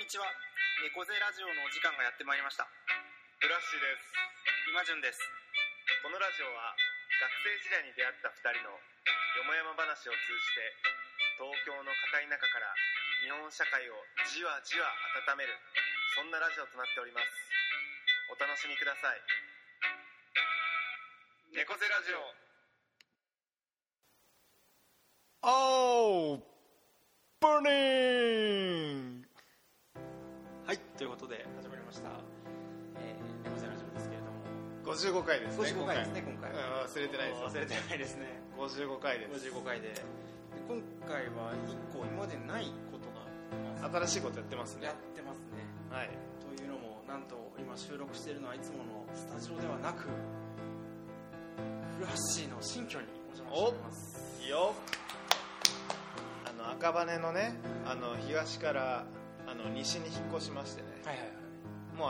にちは猫背ラジオのお時間がやってまいりましたフラッシュです今順ですこのラジオは学生時代に出会った2人のよもやま話を通じて東京の片田舎から日本社会をじわじわ温めるそんなラジオとなっておりますお楽しみください猫背ラジオおーバーニングはいということで始まりましたえー猫背ラジオですけれども55回ですね55回ですね今回うん忘れてないです忘れてないですね55回です55回でで今回は1個今までないことがま新しいことやってますずねやってますねはいというのもなんと今収録しているのはいつものスタジオではなくフラッシーの新居にお邪魔しておりますいいよあの赤羽のねあの東からあの西に引っ越しましてねはいはいはいもう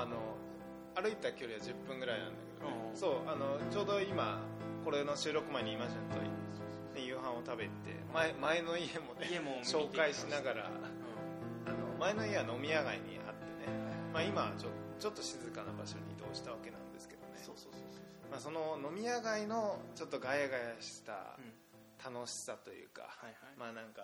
あの歩いた距離は10分ぐらいなんだけど、ねう、んそうあのちょうど今これの収録前に今じゃんとね夕飯を食べて前前の家もね家も見て紹介しながらうあの前の家は飲み屋街にあってね、まあ、今はちょちょっと静かな場所に移動したわけなんですけどねんそうそうそうそうまあ、その飲み屋街のちょっとガヤガヤしたうん楽しさというか、はいはいまあなんか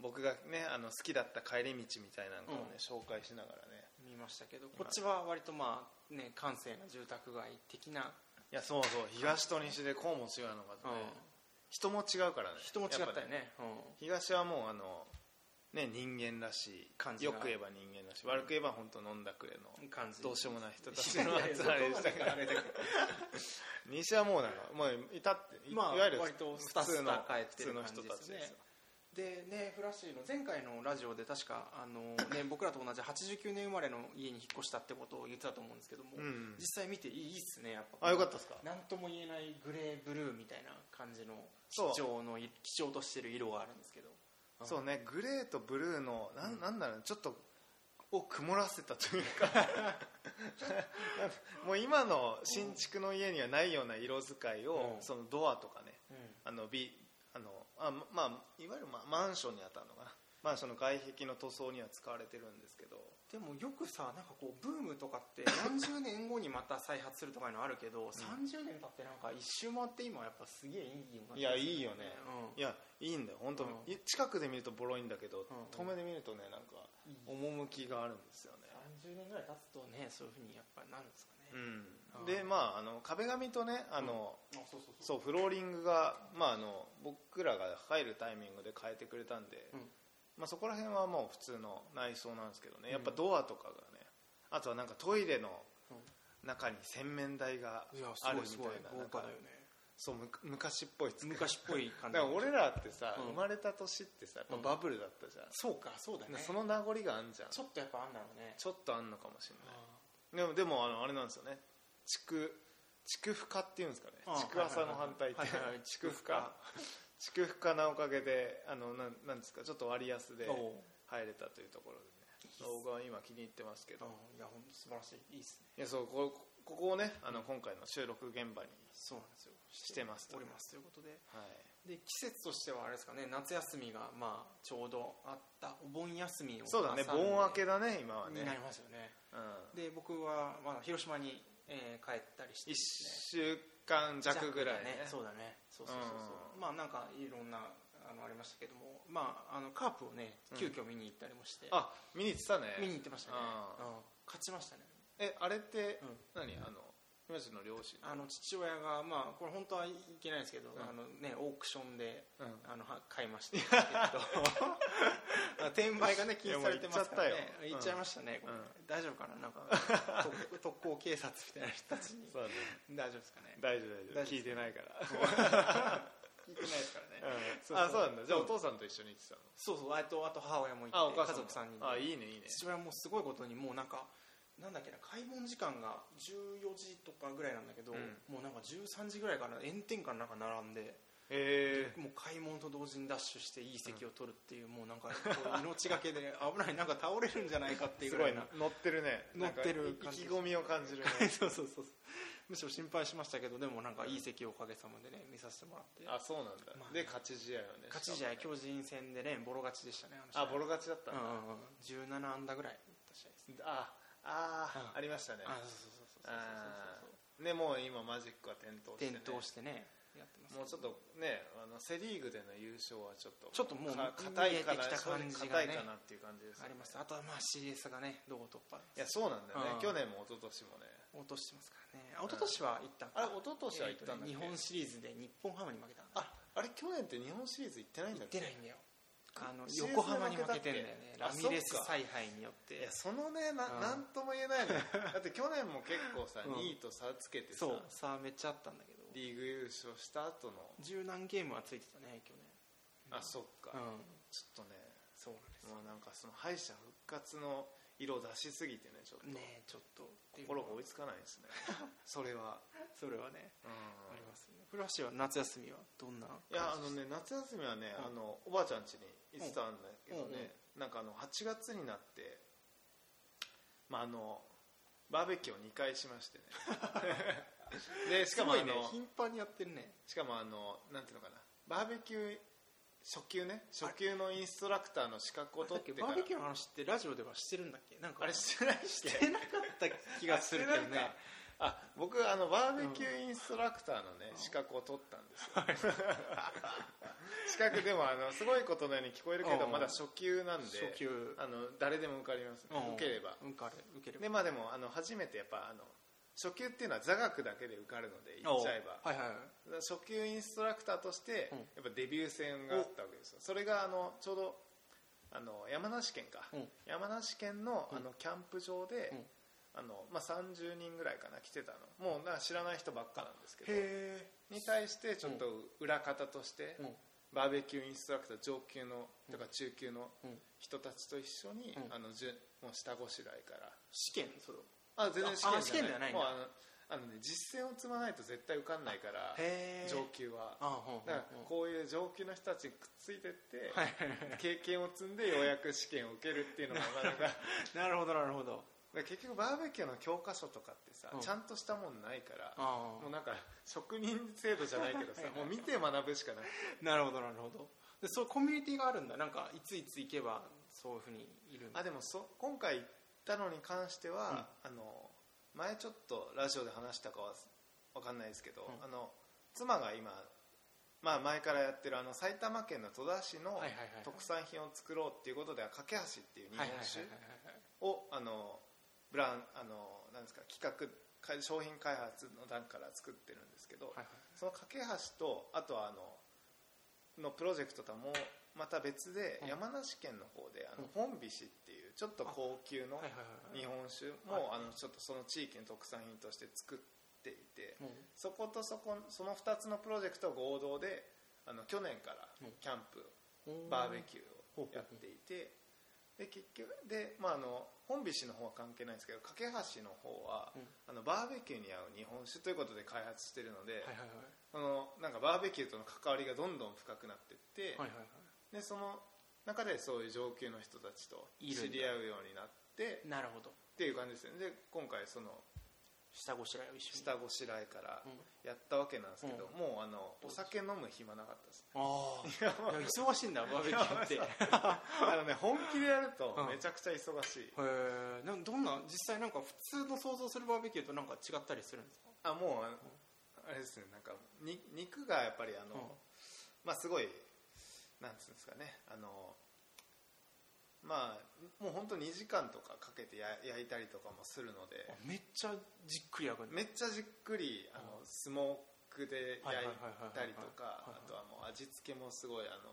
僕がねあの好きだった帰り道みたいなのをね、うん紹介しながらね見ましたけどこっちは割とまあね閑静な住宅街的ないやそうそう東と西でこうも違うのかとね、うん人も違うからね人も違ったやぱよねうん東はもうあのね人間らしい感じがよく言えば人間らしい悪く言えば本当飲んだくれの感じどうしようもない人たちいやいのや集まりでしたかそこまでらはあれだけど西はもうなんかもういたってい,、まあいわゆる割とスタ普ス通のタ帰っ普て通るの感人じたでちすでねすよ でねフラッシーの前回のラジオで確かあの、ね、僕らと同じ89年生まれの家に引っ越したってことを言ってたと思うんですけども、うん実際見ていいっすねやっぱあよかったですかなんとも言えないグレーブルーみたいな感じのそう基調のい基調としてる色があるんですけどうんそうねグレーとブルーのなんなんだろうちょっとを曇らせたという かもう今の新築の家にはないような色使いを、うんそのドアとかねうんあのビあのあままあいわゆる、ま、マンションにあたるのかなマンションの外壁の塗装には使われてるんですけどでもよくさなんかこうブームとか って何十年後にまた再発するとかいうのあるけど、30年経ってなんか一周回って今やっぱすげえいいようないやいいよね、うんいやいいんだよ本当、うんい近くで見るとボロいんだけど、うんうん遠目で見るとねなんかいい趣があるんですよね、 30年ぐらい経つとねそういうふうにやっぱりなるんですかね、う、うんんでまああの壁紙とねあの、あそうそうそうフローリングが、まあ、あの僕らが入るタイミングで変えてくれたんで、うんまあ、そこら辺はもう普通の内装なんですけどねやっぱうんドアとかがねあとはなんかトイレのうん中に洗面台がいやすあるごいみすたごいいなな豪ん華かだよねそうむ昔っぽいっつうか昔っぽい感だじから俺らってさ、うん生まれた年ってさやっぱバブルだったじゃん、そうかそうだねその名残があんじゃんちょっとやっぱあんだろうねちょっとあんのかもしれないでもでもあのあれなんですよね築築深っていうんですかねああ築浅の反対ってはいはいはい築築深深築深なおかげであのなんなんですかちょっと割安でおう入れたというところでね動画は今気に入ってますけどうんいやほんと素晴らしいいいっすねいやそうこここをねあの今回の収録現場にそうなんですよしてますとおりますということではいで季節としてはあれですかね夏休みがまあちょうどあったお盆休みをそうだね挟んで盆明けだね今はねになりますよねうんで僕はまあ広島にえー帰ったりして1ですね週間弱ぐらいねそうだねそうそうそうそう、まあなんかいろんなあのありましたけどもまああのカープをね急遽見に行ったりもして、あ見に行ってたね見に行ってましたね、ううん勝ちましたねえあれってうん何あの今地の両親あの父親がまあこれ本当はいけないんですけど、んあのねオークションで、うんあのは買いましたチケット 転売がね禁止されてますからねいやもう行行っちゃったよっちゃいましたね、これうん大丈夫かななんか 特特攻警察みたいな人たちにそうだね大丈夫ですかね大丈夫大大丈丈夫夫聞いてないから聞いてないですからね、うんあそうなんだじゃあお父さんと一緒に行ってたのそうそうあとあと母親もいてあお母さ家んも族3人であいいねいいね父親もすごいことにもうなんかなんだっけな開門時間が14時とかぐらいなんだけど、うんもうなんか13時ぐらいから炎天下の中並んでへもう開門と同時にダッシュしていい席を取るっていう、もうなんかこう命がけで危ないなんか倒れるんじゃないかっていえうすぐごらいいなな乗ってるね乗ってるなんか感意じ気込みを感じるねそうそうそうむしろ心配しましたけどでもなんかいい席をおかげさまでね見させてもらって あそうなんだまあで勝ち試合をね勝ち試合しかも巨ね人戦でねボロ勝ちでしたねの試合あボロ勝ちだったんだうんうんうん17安打ぐらい確あああうんありましたねあそうそうそうそうそうあそうそうーねもう今マジックは点灯して、転ね、倒してねやってますもうちょっとねあのセ・リーグでの優勝はちょっとちょっともうか硬いか見えなてきた正直感じがね硬いかなっていう感じですよあねりますあとはまあ CS がねどう突破いやそうなんだよね、うん去年も一昨年もね落としてますからねあ一昨年は行ったんかあれ一昨年は行ったんだっけ、えーとね日本シリーズで日本ハムに負けたんだああれ去年って日本シリーズ行ってないん行だっっけてないんだよあの CS 横浜に負けてんだよね負けたっラけミレスあそっか采配によっていやそのねな,、うんん、なんとも言 えないのよだって去年も結構さ、うん2位と差つけてさそう差めっちゃあったんだけどリーグ優勝した後の、十何ゲームはついてたね去年あそっか、うんちょっとねそうなんですよもうなんかその敗者復活の色を出しすぎてねちょっと、ねえちょっとっていうの心はが追いつかない ですねそれは、それはねうんありますね古橋は夏休みはどんないやあのね夏休みはね、うんあのおばあちゃん家に行ってたんだけどね、うんうんなんかあの8月になって、まあ、あのバーベキューを2回しま してねでししかかももあねの、頻繁にやってるねしかもあのなんていうのかなバーベキュー初級ね初級のインストラクターの資格を取ってからバーベキューの話ってラジオではしてるんだっけなんかあれしてないししてなかった気がする けどねあ僕あのバーベキューインストラクターのね、資格を取ったんですよ 資格でもあのすごいことのように聞こえるけど、うんまだ初級なんで初級あの誰でも受かります、うん受ければ受かれ受ければでまあでもあの初めてやっぱあの初級っていうのは座学だけで受かるので行っちゃえばはいはいはい初級インストラクターとしてうんやっぱデビュー戦があったわけですよそれがあのちょうどあの山梨県か、うん山梨県のうんあのキャンプ場で、うんあのまあ、30人ぐらいかな来てたのもうな知らない人ばっかなんですけどへに対してちょっと裏方として、えバーベキューインストラクター上級のとか中級のうん人たちと一緒うに、んあのじゅもう下ごしらえから試験それはあ全然あ試験じゃあ試験ではないないんだもうあのあの、ね、実践を積まないと絶対受かんないからへえ上級はあほんほんだからほんこういう上級の人たちにくっついてって、はいはいはい経験を積んでようやく試験を受けるっていうのがなかなかだか なるほどなるほどら結局バーベキューの教科書とかってさ、うんちゃんとしたもんないからあもうなんか職人制度じゃないけどさもう見て学ぶしかなくてあなるほどなるほどでそうコミュニティがあるんだなんかいついつ行けばそういうふうにいるんだあでもそ今回行ったのに関しては、あの前ちょっとラジオで話したかは分かんないですけど、うんあの妻が今、まあ、前からやってるあの埼玉県の戸田市のはいはいはい特産品を作ろうっていうことでは架け橋っていう日は本いはいはい酒をあのブランあのなんですか企画か商品開発の段から作ってるんですけど、はいはいその架け橋とあとはあののプロジェクトとはもうまた別でうん山梨県の方であのうん本菱っていうちょっと高級のはいはい日はい本酒もあのちょっとその地域の特産品として作っていてもうそことそこその2つのプロジェクトを合同であの去年からうんキャンプほうバーベキューをやっていてで結局で、まあ、あの本菱の方は関係ないんですけど架け橋の方は、うんあのバーベキューに合う日本酒ということで開発してるので、はいはいはいそのなんかバーベキューとの関わりがどんどん深くなってって、はいはいはでその中でそういう上級の人たちといるんだ知り合うようになっていなるほどっていう感じですよねで今回その下ごしらえを一緒に下ごしらえからうんやったわけなんですけど、うもうあのお酒飲む暇なかっ たですあいやもあういや忙しいんだバーベキュー っていへやあのね本気でやるとうんめちゃくちゃ忙しい、えなんどんな実際なんか普通の想像するバーベキューとなんか違ったりするんですかあもうあのあれですねなんかに肉がやっぱりあの、うんまあすごいなんつうんですかねあのまあもう本当2時間とかかけてや焼いたりとかもするのであめっちゃじっくり焼くんだめっちゃじっくりあのスモークではい焼はいいはいはいはいたりとかはいはいあとはもう味付けもすごいあの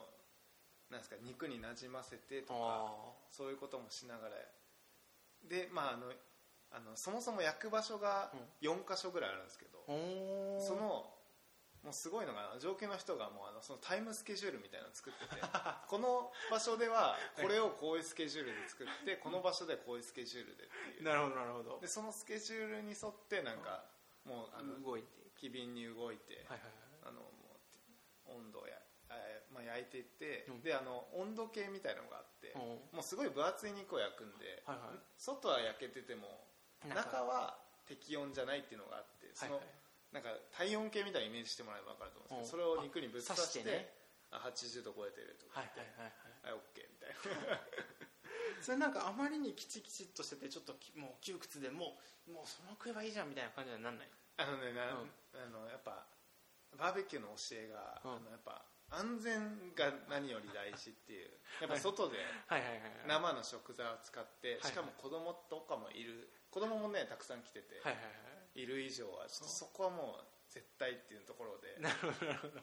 なんですか肉になじませてとかあそういうこともしながらでまああのあのそもそも焼く場所が4箇所ぐらいあるんですけど、あおーそのもうすごいのが上級の人がもうあのそのタイムスケジュールみたいなの作っ ててこの場所ではこれをこういうスケジュールで作っ てこの場所ではこういうスケジュールでっていうなるほどなるほどでそのスケジュールに沿ってなんかもうあの動いて機敏に動いてはいはいはいあのもう温度をや、えーまあ、焼いていってうんであの温度計みたいなのがあってうんもうすごい分厚い肉を焼くんではいは外は焼けててもい中は適温じゃないっていうのがあってそはいのはいなんか体温計みたいなイメージしてもらえば分かると思うんですけど、それを肉にぶっ刺し刺てしてねあ80度超えてるとかはい言って、はいはいはいはい、オッケーみたいそれなんかあまりにキチキチっとしててちょっときもう窮屈でもうもうそのまま食えばいいじゃんみたいな感じにはなんないあのねな、うんあのやっぱバーベキューの教えが、うんあのやっぱ安全が何より大事っていうやっぱ外ではいはいはいはい生の食材を使っていしかも子供とかもいる子供もねたくさん来てて、はいはいい、る以上はちょっとそこはもう絶対っていうところでなるほどなるほど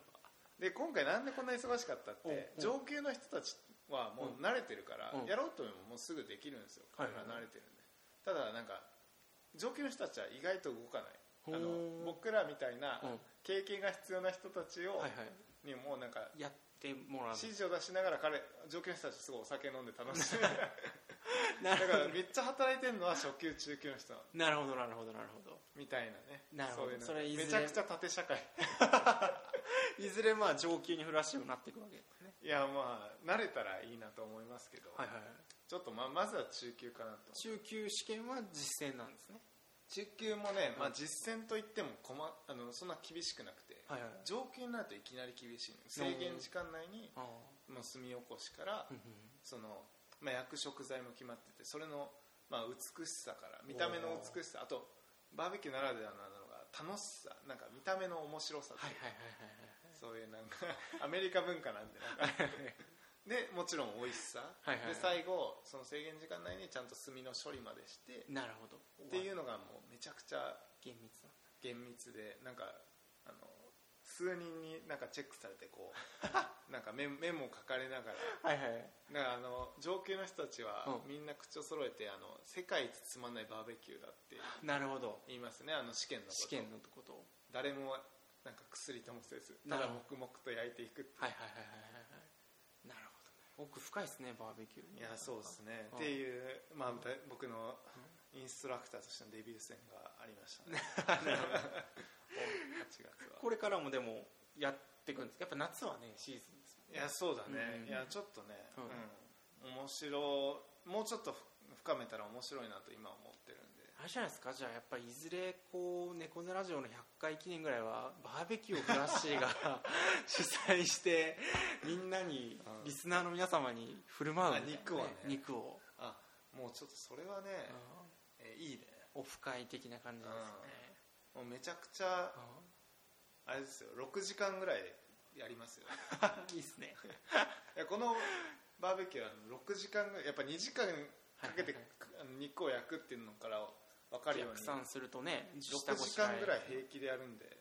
で今回なんでこんな忙しかったっおうておう上級の人たちはもう慣れてるから、うんやろうと思えばもうすぐできるんですよはい彼はいら慣れてるんで、ただなんか上級の人たちは意外と動かないあほのう僕らみたいなうん経験が必要な人たちを、はいはいにもうなんかやってもらう指示を出しながら彼上級の人たちすごいお酒飲んで楽しい なだかるらめっちゃ働いてるのは初級中級の人なるほどなるほどなるほどみたいなねなるほどそういうのそれいずれめちゃくちゃ縦社会いずれまあ上級にフラッシュになっていくわけですねいやまあ慣れたらいいなと思いますけど、はいはいちょっとまあまずは中級かなと中級試験は実践なんですね中級もね、まあ、実践といってもこまあのそんな厳しくなくて、はいはい上級になるといきなり厳しいの制限時間内にああもう炭起こしから、うんうんその、まあ、焼く食材も決まっててそれの、まあ、美しさから見た目の美しさあとバーベキューならではなのが楽しさなんか見た目の面白さとはいいうはいそういうなんか アメリカ文化なんでなんはいはいはかいでもちろん美味しさ、はいはいはいで最後その制限時間内にちゃんと炭の処理までしてなるほどっていううのがもうめちゃくちゃ厳密な厳密でなんかあの数人になんかチェックされてこ うなんかメメモを書かれながらはいはいなんかあの上級の人たちはうんみんな口を揃えて、あの世界一つまんないバーベキューだってなるほど言いますねあの試験のこと試験のことを誰もなんか薬ともせずたなるだほど黙々と焼いていくってはいはいはいはいはいはいなるほどね奥深いですねバーベキューいやそうですね、うんっていう、まあ、だ僕のインストラクターとしてのデビュー戦がありましたね 8月はこれからもでもやっていくんですやっぱ夏はねシーズンですいやそうだね、うんいやちょっとね、うんうん面白いもうちょっとふ深めたら面白いなと今は思ってるんであれじゃないですかじゃあやっぱりいずれこう「猫背ラジオ」の100回記念ぐらいはバーベキューをフラッシーが 主催してみんなにうんリスナーの皆様に振る舞うみたいなあ肉をね肉を、あもうちょっとそれはね、うんえいいねオフ会的な感じですね、もうめちゃくちゃあれですよ6時間ぐらいや りますようんいいっすねいやこのバーベキューは6時間ぐらいやっぱ2時間かけてはいあの肉を焼くっていうのから分かるように逆算するとね6時間ぐらい平均気でやるんで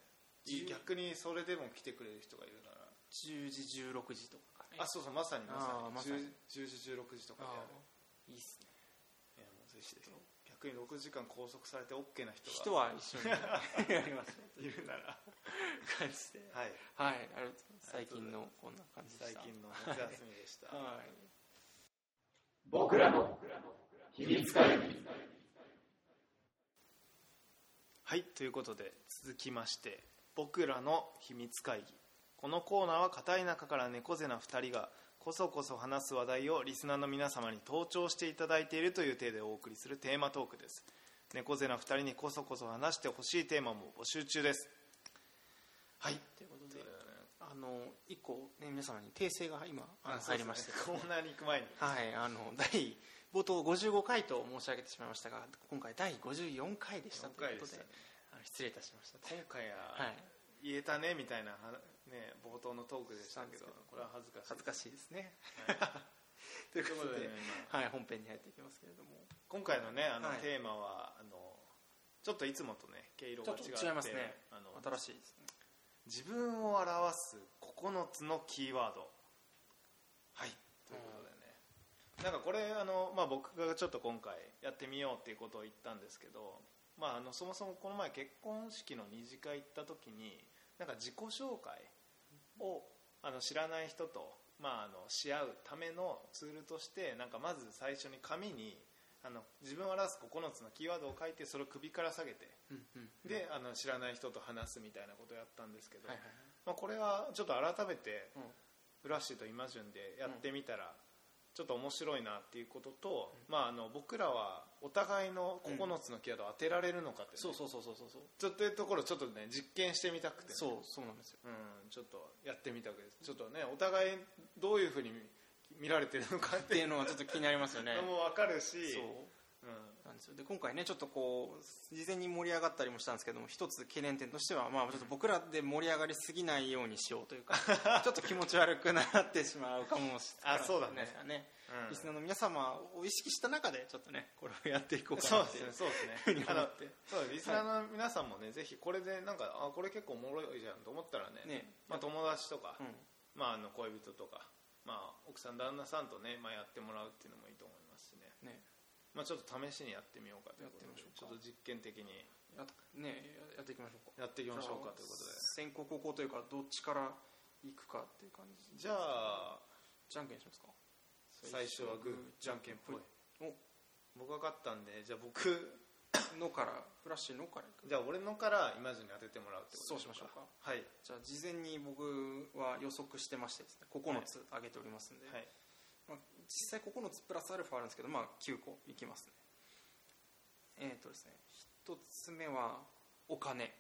いい10逆にそれでも来てくれる人がいるなら10時16時とかねあそうそうまさにあーままささにに 10, 時16時とかでやあるーいいっすねいやもうぜひぜひ逆に6時間拘束されて OK な人が 人は一緒にやりましょうといいうるなら感じ ではいはいありがとうございます最近のこんな感じで最した近の夏休みでしたはい僕らの秘密会議はいということで続きまして僕らの秘密会議このコーナーは片い中から猫背な2人がこそこそ話す話題をリスナーの皆様に登聴していただいているという体でお送りするテーマトークです猫背な2人にこそこそ話してほしいテーマも募集中ですはいということで、あの一個、ね、皆様に訂正が今あの入りまして、コーナーに行く前にはいあの第冒頭55回と申し上げてしまいましたが今回第54回でした今とい回うでことしでたあねの失礼いたしました今回ははい言えたねみたいなはね冒頭のトークでしたけどそうなんですけどこれは恥ずかしい恥ずかしいですねということでね、はい本編に入っていきますけれども今回のねあのはいテーマは、あのちょっといつもとね毛色ちがょっと違いま違ってすねあの新しいですね自分を表す9つのキーワードはいということでね、なんかこれあの、まあ、僕がちょっと今回やってみようっていうことを言ったんですけど、まあ、あのそもそもこの前結婚式の二次会行った時になんか自己紹介をあの知らない人と、まあ、あのし合うためのツールとしてなんかまず最初に紙にあの自分を表す9つのキーワードを書いてそれを首から下げてうんうんであの知らない人と話すみたいなことをやったんですけど、はいはいまあ、これはちょっと改めてうんフラッシュとイマジュンでやってみたらちょっと面白いなっていうことと、まあ、あの僕らはお互いの9つのキーワードを当てられるのかって、そうそうそうそうそうそうちょっというところをちょっとね実験してみたくてね、そうそうなんですようん、ちょっとやってみたわけですちょっとねお互いどういうふうに見られてるのかっってていいううのはちょっと気になりますよ ねのも分かるしそううんなんですよで今回ねちょっとこう事前に盛り上がったりもしたんですけども一つ懸念点としては、まあ、ちょっと僕らで盛り上がりすぎないようにしようという かちょっと気持ち悪くなってしまうかもしれないあそうだねですよね、うんリスナーの皆様を意識した中でちょっとねこれをやっていこうかそなうっでてすいうねふうそうにですね思あのってそうリスナーの皆さんもね、ぜひこれでなんかあこれ結構おもろいじゃんと思ったらねねまあ、友達とか、うんまあ、あの恋人とか、まあ、奥さん旦那さんとね、まあ、やってもらうっていうのもいいと思いますしね、ねまあ、ちょっと試しにやってみようかということやってでみましょうちょかっと実験的にやねやっていきましょうかやっていきましょうかということで先攻後攻というかどっちから行くかっていう感じじゃあじゃんけんしますか最初はグーじゃんけんぽい僕が勝ったんでじゃあ僕お のからフラッシュのからいくじゃあ俺のから今ジに当ててもらうってことそうしましょうかはい、じゃあ事前に僕は予測してましてですね9つ挙げておりますんで、はい、まあ、実際9つプラスアルファあるんですけど、まあ、9個いきますねえっ、とですね1つ目はお金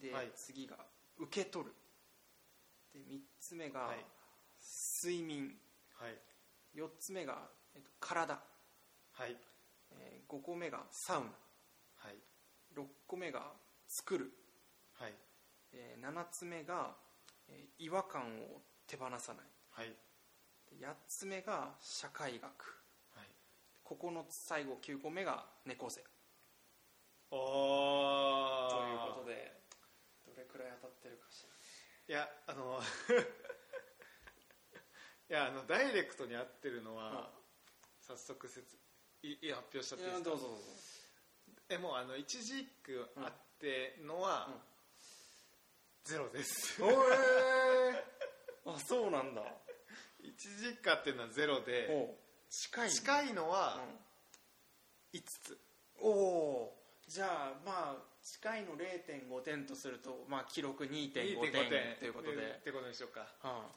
で、はい次が受け取るで3つ目がはい睡眠、はい4つ目が、えっと体、はいえ5個目がサウナはい6個目が作る、はいえ7つ目が、えー違和感を手放さないはい8つ目が社会学はい9つ最後9個目が猫背おとおいうことでどれくらい当たってるかしいやあの いやあのダイレクトに合ってるのは、早速説いいい発表しちゃっていいですかうぞえもうあの一字一句合ってのは、うんうんゼロですおえー、あそうなんだ 一字一句合ってるのはゼロでお近いい、近いのはう5つ、ん、おーじゃあまあ近いの0.5点とすると、まあ、記録2.5点ということで、ってことにしようかうん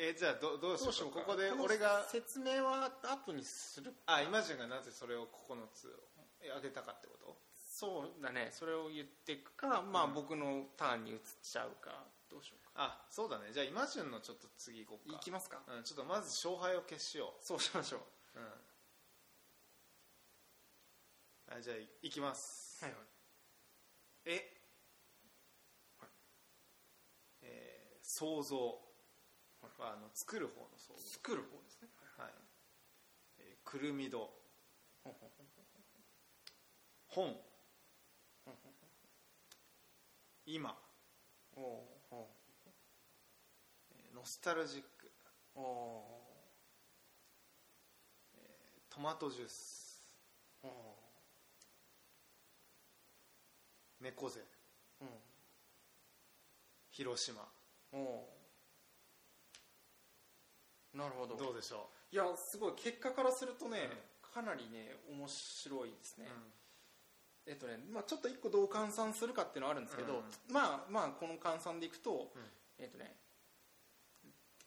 えじゃあどどうしようかここでの俺が説明は後にするあイマジンがなぜそれを9つをえあげたかってことそうだねそれを言っていくか、まあ、うん僕のターンに移っちゃうかどうしようあそうだねじゃあイマジンのちょっと次行こうかかいきますかうん、ちょっとまず勝敗を決しよそうしましょうう、うん、あじゃあいきます、はいえ、えー想像はあの作る方の想像作る方ですねはい、えーくるみどほんほんほん本今、おうおえーノスタルジックうおトマトジュースうおう猫背広島うんおうなるほどどうでしょいやすごい結果からするとね、かなりね面白いですう、ね、うんえっとねまあ、ちょっと一個どう換算するかっていうのはあるんですけど、まあまあこの換算でいくと、うんえっとね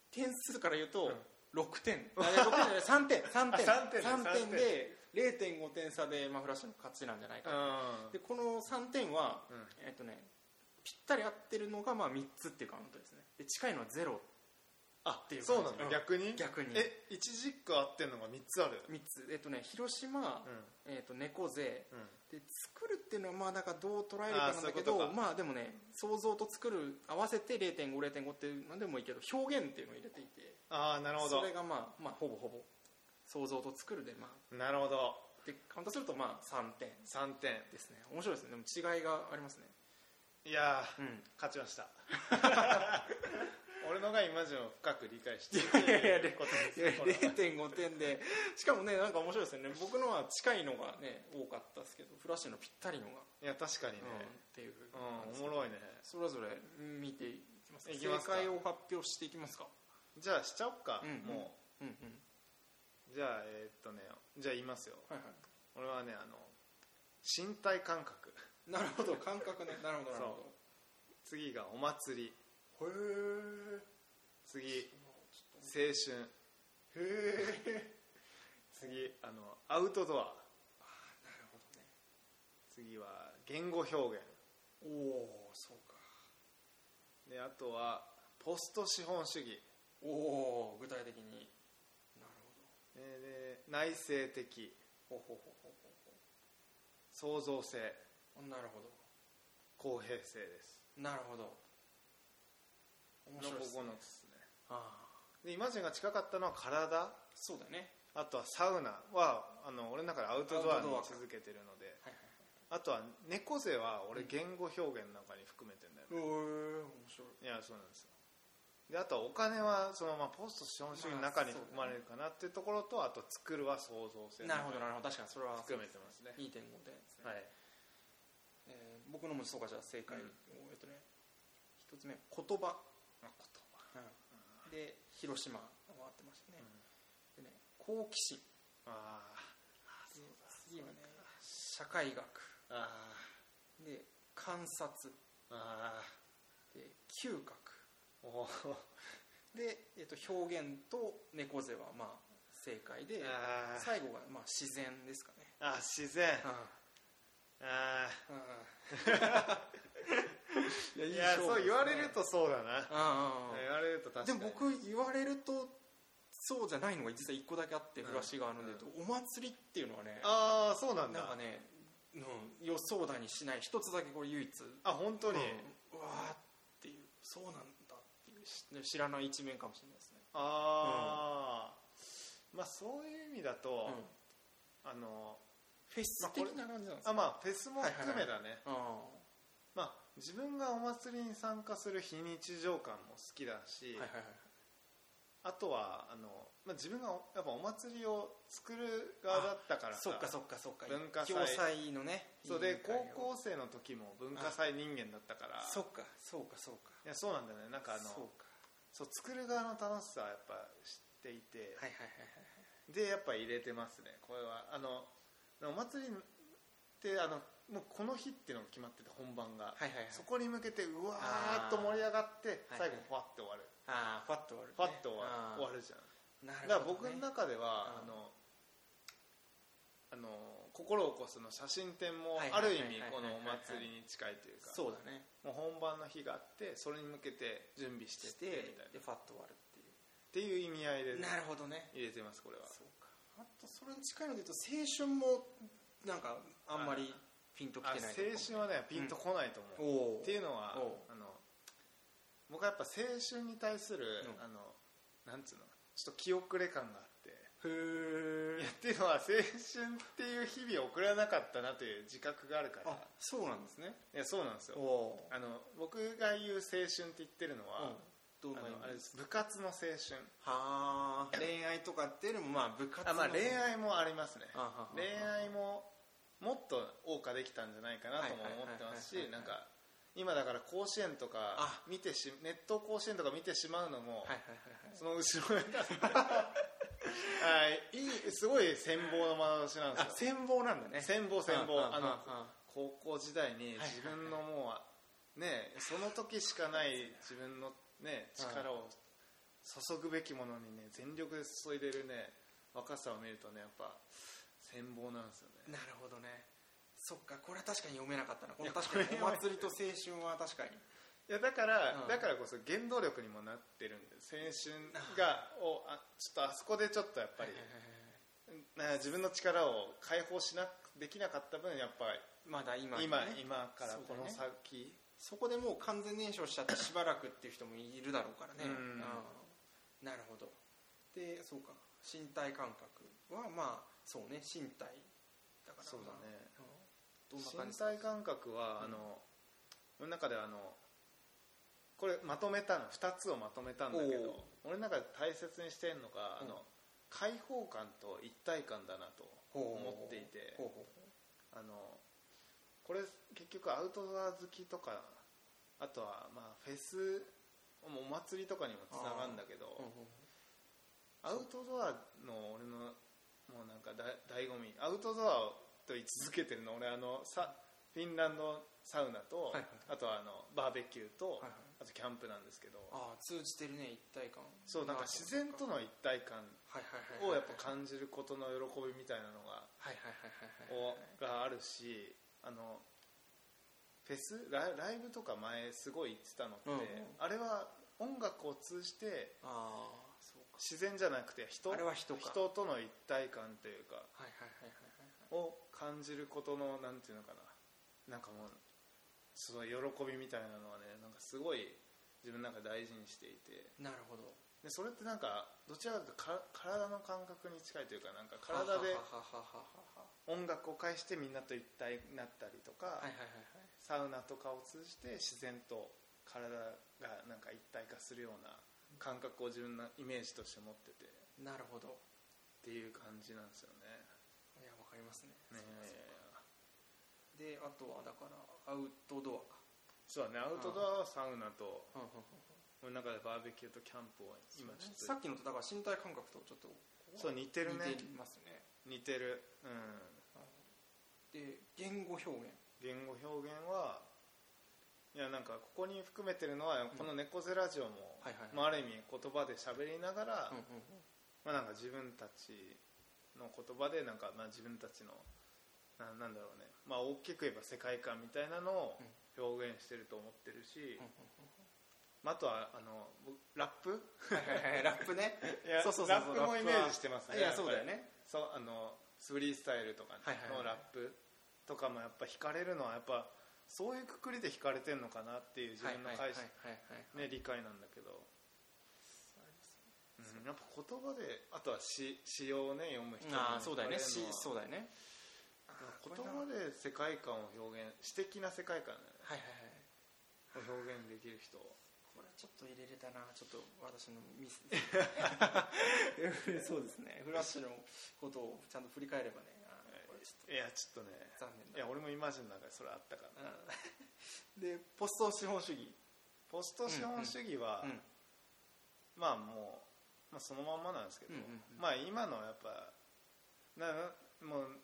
点数から言うとん6点、 あいや6点じゃない3点3点あ3点ね3点で0.5点差で、まあ、フラッシュの勝ちなんじゃないかな、でこの3点は、うんえっとねぴったり合ってるのがまあ3つっていうカウントですねで近いのはゼロあっていう感じそうなんだ、うん逆に逆にえ一軸個合ってんのが3つある3つえっとね広島、えっと猫背うん、うん、で作るっていうのはまあだからどう捉えるかなんだけあーそういうこどとかまあでもね想像と作る合わせて0.50.5っていうのでもいいけど表現っていうのを入れていてああなるほそどれがまあまあほぼほぼ想像と作るでまあなるほどでカウントするとまあ3点3点ですね面白いですねでも違いがありますねいやー うん勝ちました俺のが今ジンを深く理解していいやいやることいやですこれは0.5点でしかもねなんか面白いですよね僕のは近いのがね多かったですけどフラッシュのぴったりのが、いや確かにねうん、っていうう感じですん、おもろいねそれぞれ見ていきますかいきますか正解を発表していきますかじゃあしちゃおっか、うんもうんうんうじゃあえーっとねじゃあ言いますよはいはい俺はねあの身体感覚なるほど感覚ねなるほどなる次がお祭りほどへ次青え春へえ 次あのアウトドアなるほどね次は言語表現おおそうかであとはポスト資本主義おお具体的になるえーで内省的ほどほうほうほうほうほ創造性うほうなるほど公平性ですなるほど面の白い9ですねつですねああでイマジンが近かったのは体そうだよねあとはサウナはあの俺の中でアウトドアアウトにドアか続けてるのではいはいあとは猫背は俺言語表現の中に含めてんだよね、おー面白いいやそうなんですよであとはお金はそのまあポスト資本主義の中に含まれるかなっていうところとあと作るは創造性なるほどなるほど確かにそれは含めてますね2.5点ですね、はいえー僕のもそうかじゃあ正解を、うんえっとね一つ目言葉、まあ言葉で広島回ってましたね,、でね好奇心あで次はね社会学ああで観察ああで嗅覚あおーで、えっと表現と猫背はまあ正解であー最後がまあ自然ですかねあ自然ああいやそう言われるとそうだなあ言われると確でかにも僕言われるとそうじゃないのが実は1個だけあってフラシがあるんで、お祭りっていうのはねああそうなんだなんかね、うん、予想だにしない一つだけこれ唯一あ本当に、うんうわーっていうそうなんだっていうし知らない一面かもしれないですね、ああ、まあそういう意味だと、うんあのフェス的な感じなんですか、あまあフェスも含めだね、あまあ自分がお祭りに参加する非日常感も好きだし、ーはいはいはいあとはあの、まあ、自分がおやっぱお祭りを作る側だったからそさっかそっかそっか文化祭共祭のねそうで高校校生の時も文化祭人間だったからそっかそうかそうかいやそうなんだよねなんかあのそそううか作る側の楽しさはやっぱ知っていて、はいはいはでやっぱ入れてますねこれはあのお祭りってあのもうこの日っていうのが決まってて本番が、いはいはいはいはいそこに向けてうわーっと盛り上がってあー最後ファッて終わる、ああファッと終わるね、ファッあーと終わる,、終わるじゃんなるほど、だかね、ら僕の中でうはあんのあの心を起こすの写真展もはいはいあはいるはい意はい味このお祭りに近いというかそうだねもう本番の日があってそれに向けて準備してっしててみたいなでっファッと終わるっていていう意味合いでうなるほどね入れてますこれはそうかあとそれに近いので言うと青春もなんかあんまりピンときあてないとこ青春はねピンとこないと思おおう、っていうのはおうあの僕はやっぱ青春に対する、うんあのなんつうのちょっと気遅れ感があってへえいやっていうのは青春っていう日々を送らなかったなという自覚があるからあそうなんですねいやそうなんですよおあの僕が言う青春って言ってるのおは、どんあな意のあれ味です部活の青春はあ恋愛とかっていうよりもまあ部活あ、まあ、恋あ愛もありますねはは恋愛ももっと謳歌できたんじゃないかなとも思ってますはいはいしはいはいはいなんか今だから甲子園とかあ見てしネット甲子園とか見てしまうのも、はいはいはいはいその後ろに はいいいすごい羨望の眼差しなんですよ羨望なんだね羨望羨望あのあ高校時代に自分のもうねその時しかない自分のね力を注ぐべきものにね全力で注いでるね若さを見るとねやっぱ羨望なんですよねなるほどねそっかこれは確かに読めなかったなこれ確かにお祭りと青春は確かにいやだから、うんだからこそ原動力にもなってるんで青春がをあちょっとあそこでちょっとやっぱり、な自分の力を解放しなできなかった分やっぱまだ今ねり今、今からそうこだねの先そこでもう完全燃焼しちゃってしばらくっていう人もいるだろうからね、うんうんなるほどでそうか身体感覚はまあそうね身体だからそうだねまあうんどんな感身じですか体感覚は、うんあの俺の中ではあのこれまとめたの2つをまとめたんだおうけど俺の中で大切にしてるのが、うんあの開放感と一体感だなとほう思っていてほうほうほあのこれ結局アウトドア好きとかあとはまあフェスもうお祭りとかにもつながるんだけど、うほうほうアウトドアの俺のもうなんかだ醍醐味アウトドアと言い続けてるの俺あのさフィンランドサウナと、はいはいあとはあのバーベキューと、はいはいあとキャンプなんですけどああ通じてるね一体感そうなんか自然との一体感はいはいはいをやっぱ感じることの喜びみたいなのがはいはいはいはいはいをがあるしあのフェスライライブとか前すごい行ってたのって、うんうんあれは音楽を通じてああそうか自然じゃなくて人あれは人か人との一体感というかはいはいはいはいはいを感じることのなんていうのかななんかもうその喜びみたいなのはねなんかすごい自分なんか大事にしていてなるほどでそれってなんかどちらかというとか体の感覚に近いというかなんか体ではははははは音楽を介してみんなと一体になったりとか、はいはいはいはいサウナとかを通じて自然と体がなんか一体化するような感覚を自分のイメージとして持っててっなるほどていう感じなんですよねいやわかりますねねであとはだからアウトドそうだねアウトドアはサウナとア、この中でバーベキューとキャンプを今ちょさっっきのとだから身体感覚とちょっととそう似てるね似てますね似てるうんで言語表現言語表現はいやなんかここに含めてるのはこの「猫背ラジオも」はいはいはいまあ、ある意味言葉で喋りながら、うんうんまあ、なんか自分たちの言葉でなんかまあ自分たちのななんだろうね、まあ、大きく言えば世界観みたいなのを表現してると思ってるし、まあ、あとはあの僕ラップはいはいはいラップねいやそうそうそうラップもイメージしててますねいやそうだよねそうあのスフリースタイルとかはいはいはいのラップとかもやっぱ惹かれるのはやっぱそういうくくりで惹かれてるのかなっていう自分の解釈はいはいはいね理解なんだけど、うん、やっぱ言葉であとは詩詩をね読む人にああそうだよね惹かれるのはしそうだよね言葉で世界観を表現詩的な世界観だよねはいはいはいを表現できる人これちょっと入れれたなちょっと私のミス そうですねフラッシュのことをちゃんと振り返ればねあーこれちょっいやちょっとねと残念いだや俺もイマジンの中でそれあったからうんでポスト資本主義ポスト資本主義は、まあもう、まあ、そのまんまなんですけど、うんうんうまあ今のやっぱななもう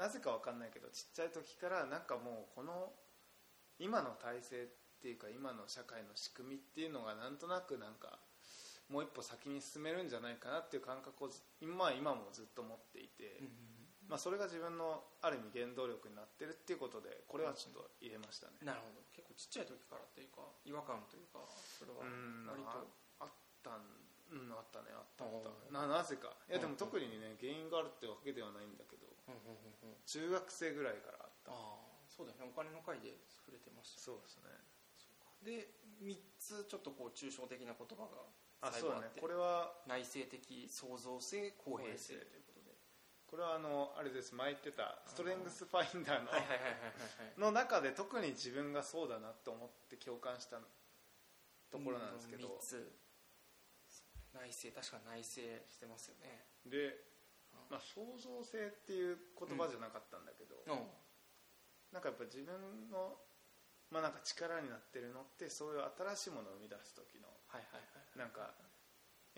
なぜかわかんないけどちっちゃい時からなんかもうこの今の体制っていうか今の社会の仕組みっていうのがなんとなくなんかもう一歩先に進めるんじゃないかなっていう感覚をず今今もずっと持っていて、まあ、それが自分のある意味原動力になってるっていうことでこれはちょっと入れましたね。なるほど結構ちっちゃい時からというか違和感というかそれはうん割とああったんうんあったねあったあっおたーななぜかいやでうんうもん特にね原因があるってわけではないんだけどうんうんうんうん中学生ぐらいからあったああそうだよねお金の回で触れてましたそうですねで3つちょっとこう抽象的な言葉があ最そ後うあだっねてこれは内政的創造性公平性公平性ということでこれはあのあれです前言ってたストレングスファインダーのはいはいはいはいはいの中で特に自分がそうだなって思って共感したところなんですけど3つ内政確かに内政してますよねで、まあ、創造性っていう言葉じゃなかったんだけど、うんなんかやっぱ自分の、まあ、なんか力になってるのってそういう新しいものを生み出す時のはいはいはいなんか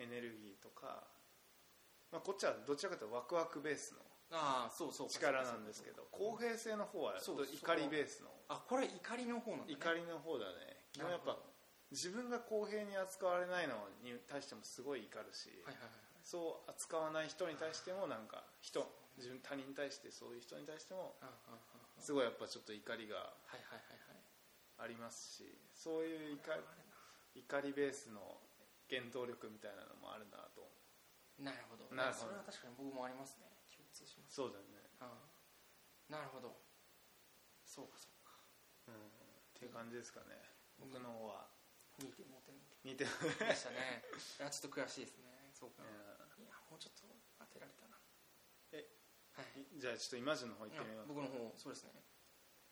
エネルギーとか、まあ、こっちはどちらかというとワクワクベースのああそうそうか力なんですけど公平性の方はそうど怒りベースのあこれ怒りの方なんだ、ね、怒りの方だねでもやっなぱるほど自分が公平に扱われないのに対してもすごい怒るし、はいはいはいそう扱わない人に対してもなんか人自分他人に対してそういう人に対してもああああああすごいやっぱちょっと怒りがはいはいはいはいありますしそういう怒り怒りベースの原動力みたいなのもあるなとなるほどなるそほどれは確かに僕もありますね共通しますそうだね、ああなるほどそうかそうかうん、っていう感じですかねうん僕の方は2.5点似てる、でしたねいやちょっと悔しいですねそうか、いやもうちょっと当てられたなえはいじゃあちょっとイマジンの方い行ってやみよ僕の方そうですね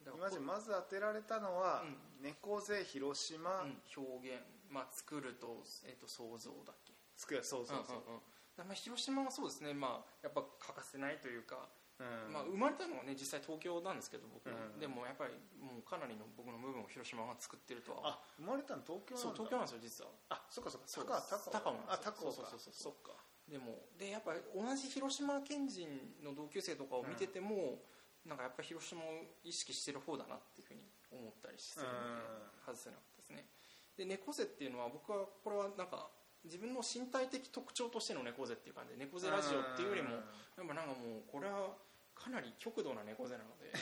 だうからイマジンまず当てられたのはう「猫背広島うん表現、まあ、作ると,、えっと想像だっけつくやそうそうそううんうんうんだからまあ、広島はそうですね、まあ、やっぱ欠かせないというか、うんまあ、生まれたのはね実際東京なんですけど僕、うんでもやっぱりもうかなりの僕の部分を広島が作ってるとはあ生まれたの東京なそんだう東京なんですよ実はあそっかそっかそう高高高尾なんですよあ高そう尾かそうそうそうそっかでもでやっぱり同じ広島県人の同級生とかを見てても、なんかやっぱり広島を意識してる方だなっていうふうに思ったりするのでう外せなかったですねで猫背っていうのは僕はこれはなんか自分の身体的特徴としての猫背っていう感じで猫背ラジオっていうよりもやっぱうんなんかもうこれはかなり極度な猫背なの で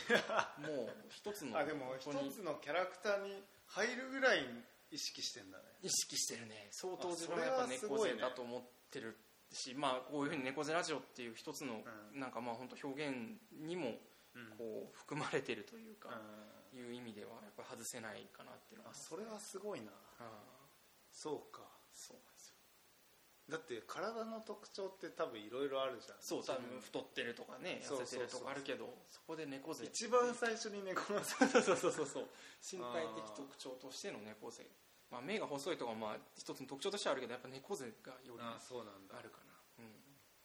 もう一つのあでも一本当につのキャラクターに入るぐらい意識してんだね意識してるね相当あ自分はやっぱそれはす猫ごい背ねだと思ってるし、まあこういうふうに猫背ラジオっていう一つの、うなんかまあ本当表現にもうんこう含まれてるというか、うんいう意味ではやっぱ外せないかなっていうのあはそれはすごいなあそうかそうなんですよだって体の特徴って多分いろいろあるじゃんそう多多分太っ分てるとかねそう痩せてるとそうそうかあるけどそこで猫背一番最初に猫の そうそうそうそうそう身体的特徴としての猫背まあ、目が細いとかまあ一つの特徴としてはあるけどやっぱ猫背がよりああそうなんだるかな、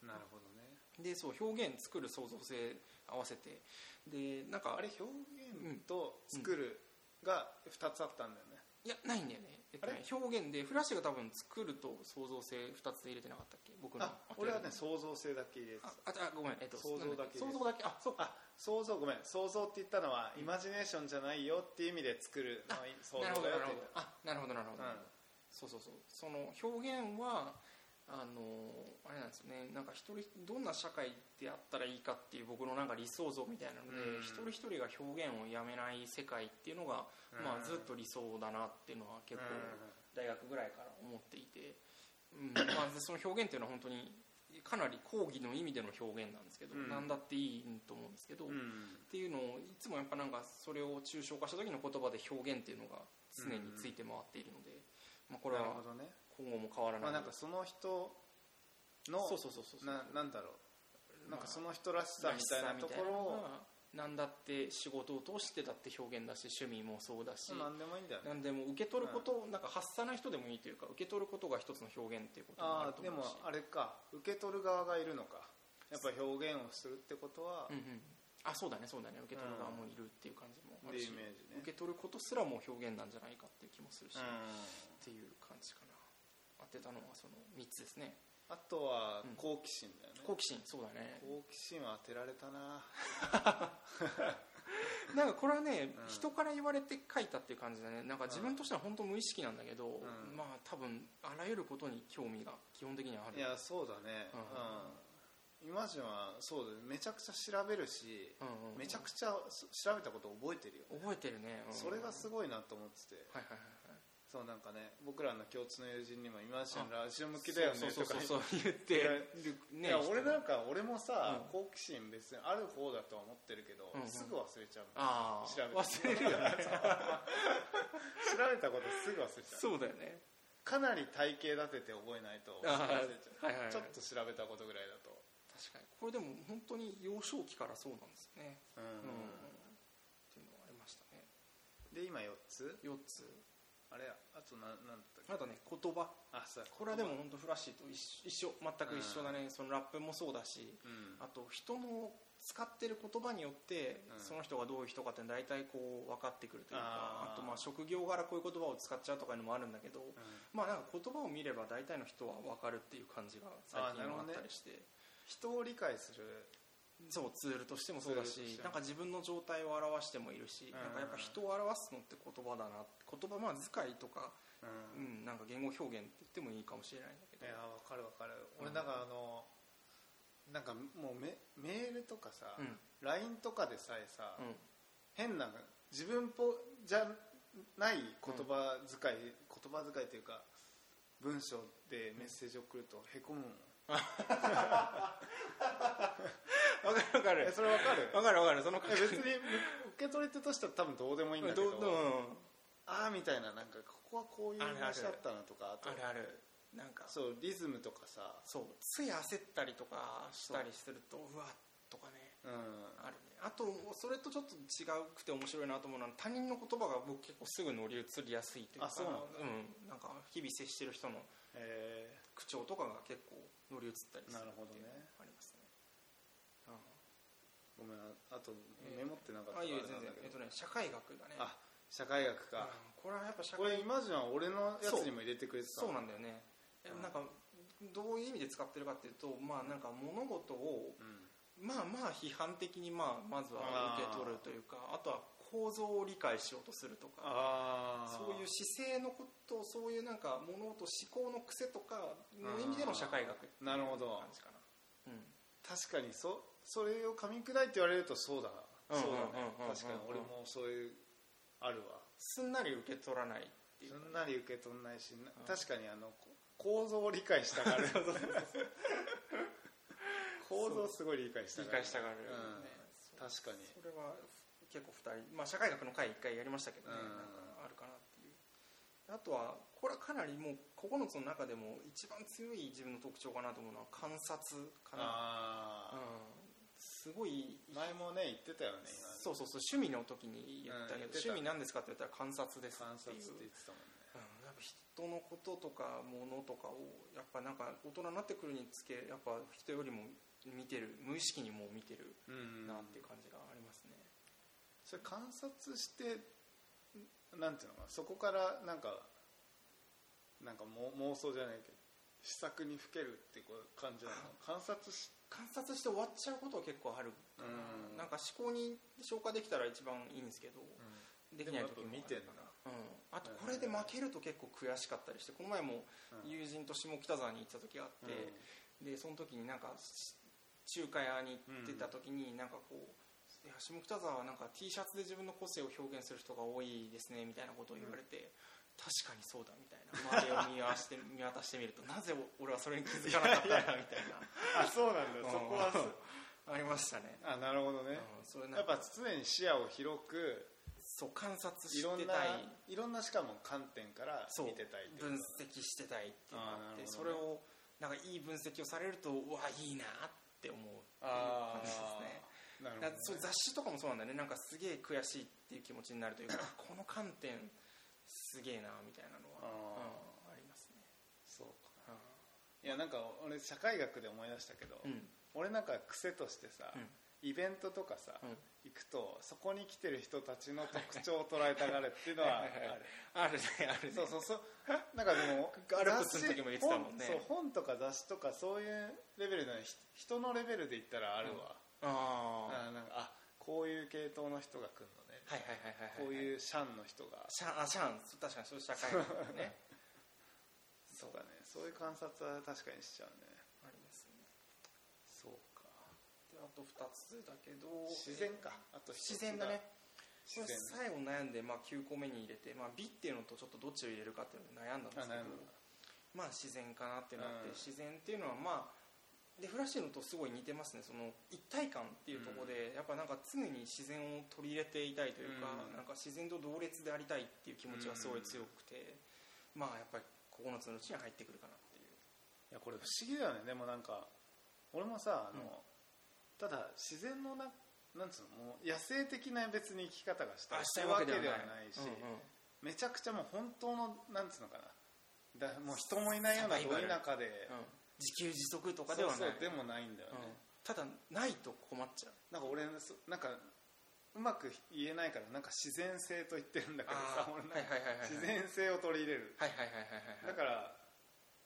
うん、なるほどねでそう表現作る創造性合わせてでなんかあれ表現と作るが2つあったんだよねいやないんだよね,、えっと、ね表現でフラッシュが多分作ると創造性2つ入れてなかったっけ僕のあ俺はねそ創造性だけ入れてたあああごめんえっと想像だけです想像だけあそうかあ想像ごめん想像って言ったのはイマジネーションじゃないよっていう意味で作るの想像なるほどだなよるっほどて言っあなるほどなるほど、うんそうそうそうその表現はあのあれなんですよねなんか一人どんな社会であったらいいかっていう僕のなんか理想像みたいなので、うん一人一人が表現をやめない世界っていうのが、うんまあ、ずっと理想だなっていうのは結構、大学ぐらいから思っていて、うんまあ、その表現っていうのは本当にかなり講義の意味での表現なんですけど、うん何だっていいと思うんですけど、うっんていうのをいつもやっぱなんかそれを抽象化した時の言葉で表現っていうのが常について回っているので、まあ、これなはるほどね今後も変わらまない、あなんかその人のそうそうそうそうななんだろうなんかその人らしさらみしたいなところを何だって仕事を通してだって表現だし趣味もそうだし、何でもいいんだよねなんでも受け取ること、なんか発さない人でもいいというか受け取ることが一つの表現っていうこともあるあとあで思もうしあれか受け取る側がいるのかやっぱ表現をするってことはうんうん、あそうだねそうだね受け取る側もいるっていう感じもあっるていし、うイメージね受け取ることすらも表現なんじゃないかっていう気もするし、うんっていう感じかな当てたのはその3つですねあとはうん好奇心だよね好奇心そうだね好奇心は当てられたななんかこれはね、うん人から言われて書いたっていう感じだねなんか自分としては本当無意識なんだけど、んまあ多分あらゆることに興味が基本的にはあるいやそうだねうん、イマジンはそうだねめちゃくちゃ調べるし、うんうんうんめちゃくちゃそ調べたこと覚えてるよ、覚えてるね、うんそれがすごいなと思っててはいはいはいはいそうなんかね僕らの共通の友人にも「イマジンラジオ向きだよね」そうとかそうそうそう言っ言ってていねや俺なんか俺もさ、うん好奇心別にある方だとは思ってるけど、うんうんすぐ忘れちゃうのああ調べ忘てれるよね調べたことすぐ忘れちゃうそうだよねかなり体系立てて覚えないと忘れあちゃうー、はいはいはいちょっと調べたことぐらいだと確かにこれでも本当に幼少期からそうなんですねうん、うん、っていうのはありましたねで今4つ4つあれあとななんだったっけあとね言葉あそうこれはでも本当フラッシーと一緒一緒全く一緒だね、そのラップもそうだしうんあと人の使ってる言葉によって、うんその人がどういう人かって大体こう分かってくるというかああとーまあ職業柄こういう言葉を使っちゃうとかいうのもあるんだけど、まあなんか言葉を見れば大体の人は分かるっていう感じが最近はあったりして、人を理解するそうツールとしてもそうだツールとししてもなんか自分の状態を表してもいるし、うんなんかやっぱ人を表すのって言葉だな言葉まあ遣いとか、ううんん、なんか言語表現って言ってもいいかもしれないんだけいどやわかるわかるうん俺だからあのなんかもうメメールとかさうん LINE とかでさえさうん変な自分ぽじゃない言葉遣い言葉遣いというか文章でメッセージ送るとへこむもんわかるわかえるそれわかるわかるわかるそのえ感別じに受け取り手としては多分どうでもいいんだけどうどうどうんああみたいななんかここはこういうあるある話だったなとかあとあるあるなんかそうそうリズムとかさつい焦ったりとかしたりするとうわっとかねうんあるねあとそれとちょっと違うくて面白いなと思うのは他人の言葉が僕結構すぐ乗り移りやすいというかあそうなんだうんなんか日々接してる人のえ口調とかが結構乗り移ったりするなるほどねっていうのがありますねうーごめんああとえーメモってなかっんたあいえいえら全然れなんだえけっどとね社会学だねあ社会学かうんこれはやっぱ社こ会れイマジンは俺のやつにも入れてくれてたそうなんだよねえうんなんかどういう意味で使ってるかっていうとまあなんか物事をうんまあまあ批判的にまあまずは受け取るというかあとは構造を理解しようとするとかああそういう姿勢のことそういうなんか物事思考の癖とかの意味での社会学っていうなるほど感じかな、うん、確かにそそれを噛み砕いて言われるとそうだうんうんそうだねうんうん確かに俺もそういうあるわすんなり受け取らないっていうすかんなり受け取んないし、なうん確かにあのこ構造を理解した がる構造をすごい理解した理がる解したがるよねうん確かにそれは結構2人、まあ、社会学の回1回やりましたけどね、うんなんかあるかなっていうあとはこれはかなりもう9つの中でも一番強い自分の特徴かなと思うのは観察かな、うあん、あ、すごい前もね言ってたよねそう今そうそう趣味の時に言ったけど、うん言ってた趣味なんですかって言ったら観察ですっ観て察っいうて言ってたもんうんねやっぱ人のこととか物とかをやっぱなんか大人になってくるにつけやっぱ人よりも見てる無意識にもう見てるうんなっていう感じがありますね、それ観察してなんていうのかなそこからなんかなんかも妄想じゃないけど試作にふけるってこう感 じなの観察し観察して終わっちゃうことは結構あるかうんななんか思考に消化できたら一番いいんですけど、できでもないやっ時ぱも見てんだうん、あとこれで負けると結構悔しかったりしてこの前もうん友人と下北沢に行った時があって、でその時になんかし中華屋に行ってた時になんかこう、いや下北沢はなんか T シャツで自分の個性を表現する人が多いですねみたいなことを言われて、確かにそうだみたいな周りを見渡して 見渡してみるとなぜ俺はそれに気づかなかったんだみたいなあそうなんだそこはそううんありましたね、あなるほどねうんそれなやんっかぱ常に視野を広くそう観察いしてろんなたいいろんなしかも観点からそう見てたいっていう分析してたいっていうのがあってあーなるほどねそれをなんかいい分析をされるとうわいいなって思うっていう感あじですねあなるほだかどねらそう雑誌とかもそうなんだよねなんかすげえ悔しいっていう気持ちになる というかこの観点すげえなみたいなのはうんありますねそうかうんいやなんか俺社会学で思い出したけどうん俺なんか癖としてさうんイベントとかさうん行くとそこに来てる人たちの特徴を捉えたがるっていうのはあはいはいはいるあるねあるねそうそうそうなんかでもアルプスの時も言ってたもんね雑誌本そう本とか雑誌とかそういうレベルのひ人のレベルで言ったらあるわ、ああーなんかあこういう系統の人が来るのねあはいはいはいはいこうういうシャンの人がシャンあシャン確かにそういう社会学だよ ねそうだねそういう観察は確かにしちゃうねありますねそうかであと2つだけど自然かあと一つ自然だねこ自れ然最後悩んで、まあ、9個目に入れて、まあ、美っていうのとちょっとどっちを入れるかっていうので悩んだんですけあど悩んだまあ自然かなっていうのがあって、うん自然っていうのはまあでフラッシュのとすごい似てますねその一体感っていうところで、やっぱなんか常に自然を取り入れていたいというか、うんなんか自然と同列でありたいっていう気持ちがすごい強くて、まあやっぱり9つのうちに入ってくるかなっていういやこれ不思議だよねでもなんか俺もさあの、うんただ自然のななんつうのもう野生的な別に生き方がしたあいしたいわけではないし、うんうんめちゃくちゃもう本当のなんつうのかなだもう人もいないようなサ どバイバル田舎で、うん自給自足とかではないそうそうでもないんだよね、うんただないと困っちゃうなんか俺そなんかうまく言えないからなんか自然性と言ってるんだけどあさー俺はいなんかはいはいはいはい自然性を取り入れるはいはいはいはいはいだから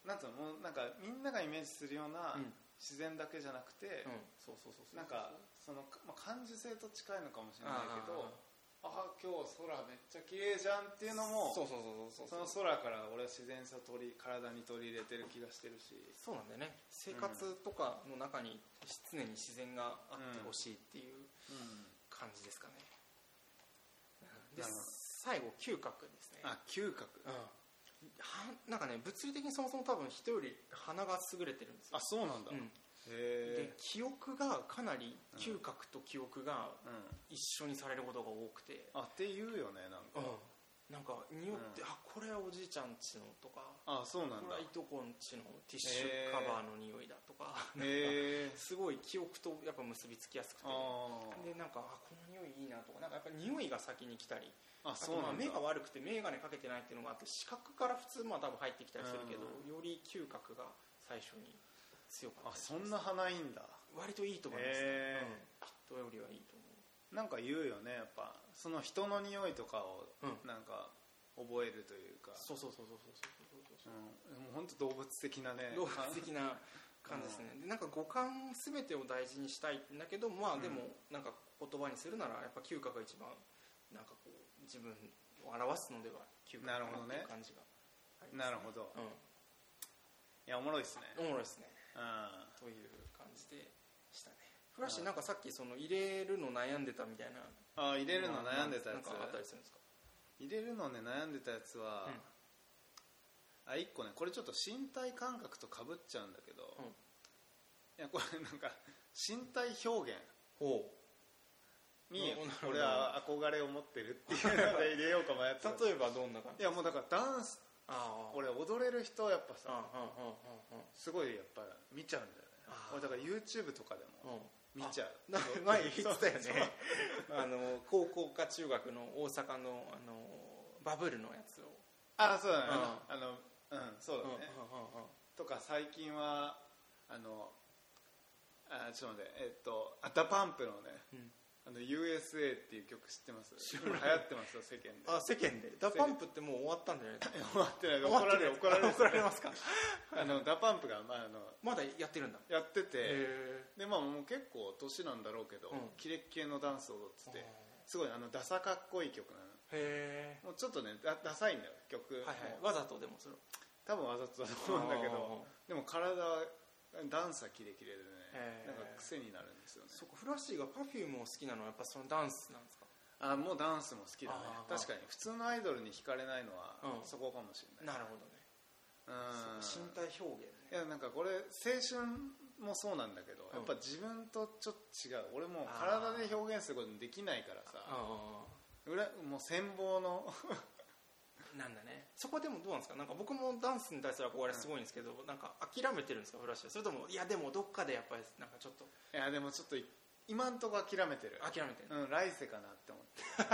なんつうのもうなんかみんながイメージするようなうん自然だけじゃなくて、うん、そうそうそうそうなんかその、まあ、感受性と近いのかもしれないけどああ今日空めっちゃ綺麗じゃんっていうのもそうそうそうそうそのそう空から俺は自然さを取り体に取り入れてる気がしてるしそうなんだよね生活とかの中に常に自然があってほしいっていううん感じですかね、うんでなるほど最後嗅覚ですねあ嗅覚うんはなんかね物理的にそもそも多分人より鼻が優れてるんですよあそうなんだうへんでえ記憶がかなり嗅覚と記憶がうん一緒にされることが多くて、あって言うよねなんかうん、なんか匂って、うんあこれはおじいちゃんちのとかあそうなんこだれはいとこんちのティッシュカバーの匂いだとか、 へえすごい記憶とやっぱ結びつきやすくてあでなんかあこの匂いいいなとかなんかやっぱ匂いが先に来たりーああそとうまなあんだ目が悪くて眼鏡かけてないっていうのがあって視覚から普通まあ多分入ってきたりするけど、より嗅覚が最初に強かあったりしそますんな花いいんだ割といいと思います、ねへうん、人よりはいいとなんか言うよねやっぱその人の匂いとかを思う、うん、なんか覚えるというかそうそうそうそうそうそうそうそううん、もう本当動物的なね動物的な感じですね、でなんか五感全てを大事にしたいんだけどまあでもなんか言葉にするならやっぱ嗅覚が一番なんかこう自分を表すのでは嗅覚かなっていう感じがありますなるほどいやおもろいですねうんおもろいですねうんという感じでしたねフラッシュなんかさっきその入れるの悩んでたみたいなあ入れるの悩んでたやつなんかあったりするんですか入れるのね悩んでたやつは、あ一個ねこれちょっと身体感覚とかぶっちゃうんだけど、うんいやこれなんか身体表現ほになるほど俺は憧れを持ってるっていう ので入れようか迷ってたう例えばどんな感いじやもうだからダンスああ俺踊れる人はやっうぱんうんさうんすごいやっぱ見ちゃうんだよねあー俺だから YouTube とかでもうんうん見ちゃうな前言ってたよねあの高校か中学の大阪のあのバブルのやつをああそうだねあのうんそうだねうとか最近はあのあちょっと待ってえっとあダパンプのねんうんうんあの USA っていう曲知ってます今流行ってますよ世間であ世間でダパンプってもう終わったんじゃないですか終わってない怒られる怒られる怒られますかあのダパンプが、まあ、あのまだやってるんだやっててへでまあもう結構年なんだろうけど、うんキレッキレのダンスを踊っててすごいあのダサかっこいい曲なのえもうちょっとねダダサいんだよ曲、はいはいもうわざとでもそれ多分わざとだと思うんだけどあでも体はダンスはキレキレでねへーなんか癖になるんですよねそこフラッシーが Perfume を好きなのはやっぱそのダンスなんですかあもうダンスも好きだねあー確かに普通のアイドルに惹かれないのはうんそこかもしれない、なるほどねうんそう身体表現いやなんかこれ青春もそうなんだけど、うんやっぱ自分とちょっと違う俺もう体で表現することできないからさあ裏もう羨望の あなんだねそこはでもどうなんですかなんか僕もダンスに対する憧れすごいんですけど、なんか諦めてるんですかフラッシュはそれともいやでもどっかでやっぱりなんかちょっといやでもちょっとい今んとこ諦めてる諦めてるうん来世かなって思